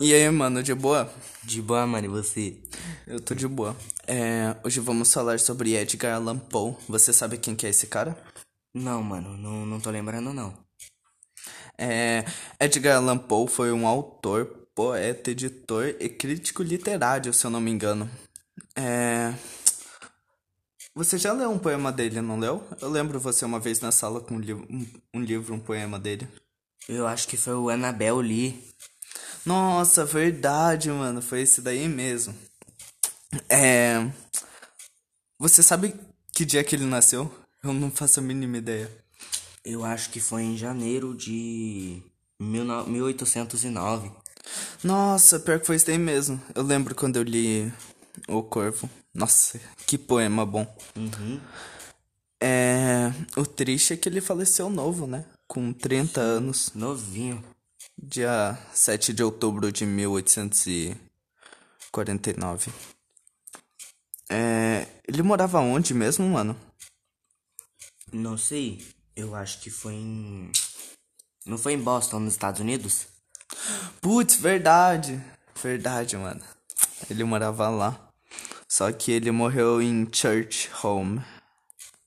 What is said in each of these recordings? E aí, mano, de boa? De boa, mano, e você? Eu tô de boa. É, hoje vamos falar sobre Edgar Allan Poe. Você sabe quem que é esse cara? Não, mano, não, não tô lembrando, não. É, Edgar Allan Poe foi um autor, poeta, editor e crítico literário, se eu não me engano. É... Você já leu um poema dele, não leu? Eu lembro você uma vez na sala com um, li- um- um livro, um poema dele. Eu acho que foi o Annabel Lee. Nossa, verdade, mano. Foi esse daí mesmo. É. Você sabe que dia que ele nasceu? Eu não faço a mínima ideia. Eu acho que foi em janeiro de mil no- 1809. Nossa, pior que foi esse daí mesmo. Eu lembro quando eu li O Corvo. Nossa, que poema bom. É. O triste é que ele faleceu novo, né? Com 30 anos. Novinho. Dia 7 de outubro de 1849. É, ele morava onde mesmo, mano? Não sei, eu acho que foi em. Não foi em Boston, nos Estados Unidos? Putz, verdade. Verdade, mano. Ele morava lá. Só que ele morreu em Church Home.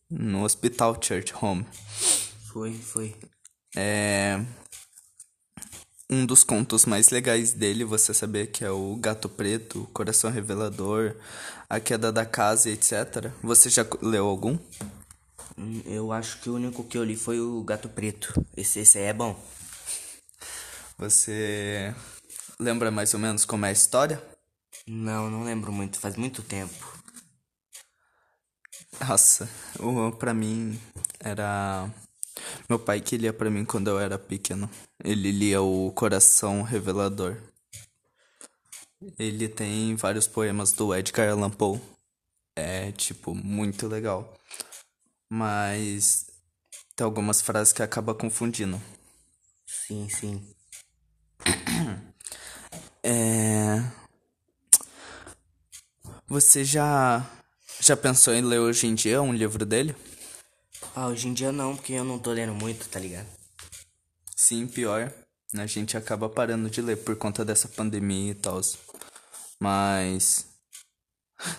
No hospital Church Home. Foi, foi. É. Um dos contos mais legais dele, você sabia que é o Gato Preto, o Coração Revelador, A Queda da Casa, etc. Você já co- leu algum? Hum, Eu acho que o único que eu li foi o Gato Preto. Esse, esse aí é bom. Você lembra mais ou menos como é a história? Não, não lembro muito, faz muito tempo. Nossa, o, pra mim era. Meu pai que lia pra mim quando eu era pequeno. Ele lia o Coração Revelador. Ele tem vários poemas do Edgar Allan Poe. É, tipo, muito legal. Mas tem algumas frases que acaba confundindo. Sim, sim. É. Você já. Já pensou em ler hoje em dia um livro dele? Ah, hoje em dia não, porque eu não tô lendo muito, tá ligado? Sim, pior. né? A gente acaba parando de ler por conta dessa pandemia e tal. Mas.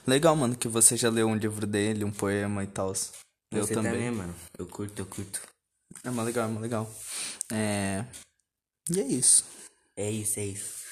Legal, mano, que você já leu um livro dele, um poema e tal. Eu Você tá também. mano. Eu curto, eu curto. É, mas legal, é, mas legal. É. E é isso. É isso, é isso.